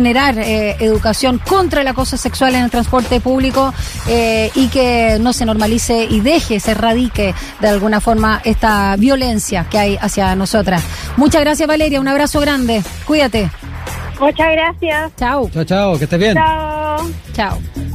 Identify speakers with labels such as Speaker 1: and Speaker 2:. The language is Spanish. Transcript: Speaker 1: generar eh, educación contra el acoso sexual en el transporte público eh, y que no se normalice y deje, se erradique de alguna forma esta violencia que hay hacia nosotras. Muchas gracias Valeria, un abrazo grande, cuídate.
Speaker 2: Muchas gracias.
Speaker 1: Chao.
Speaker 3: Chao, chao, que estés bien.
Speaker 2: Chao.
Speaker 1: Chao.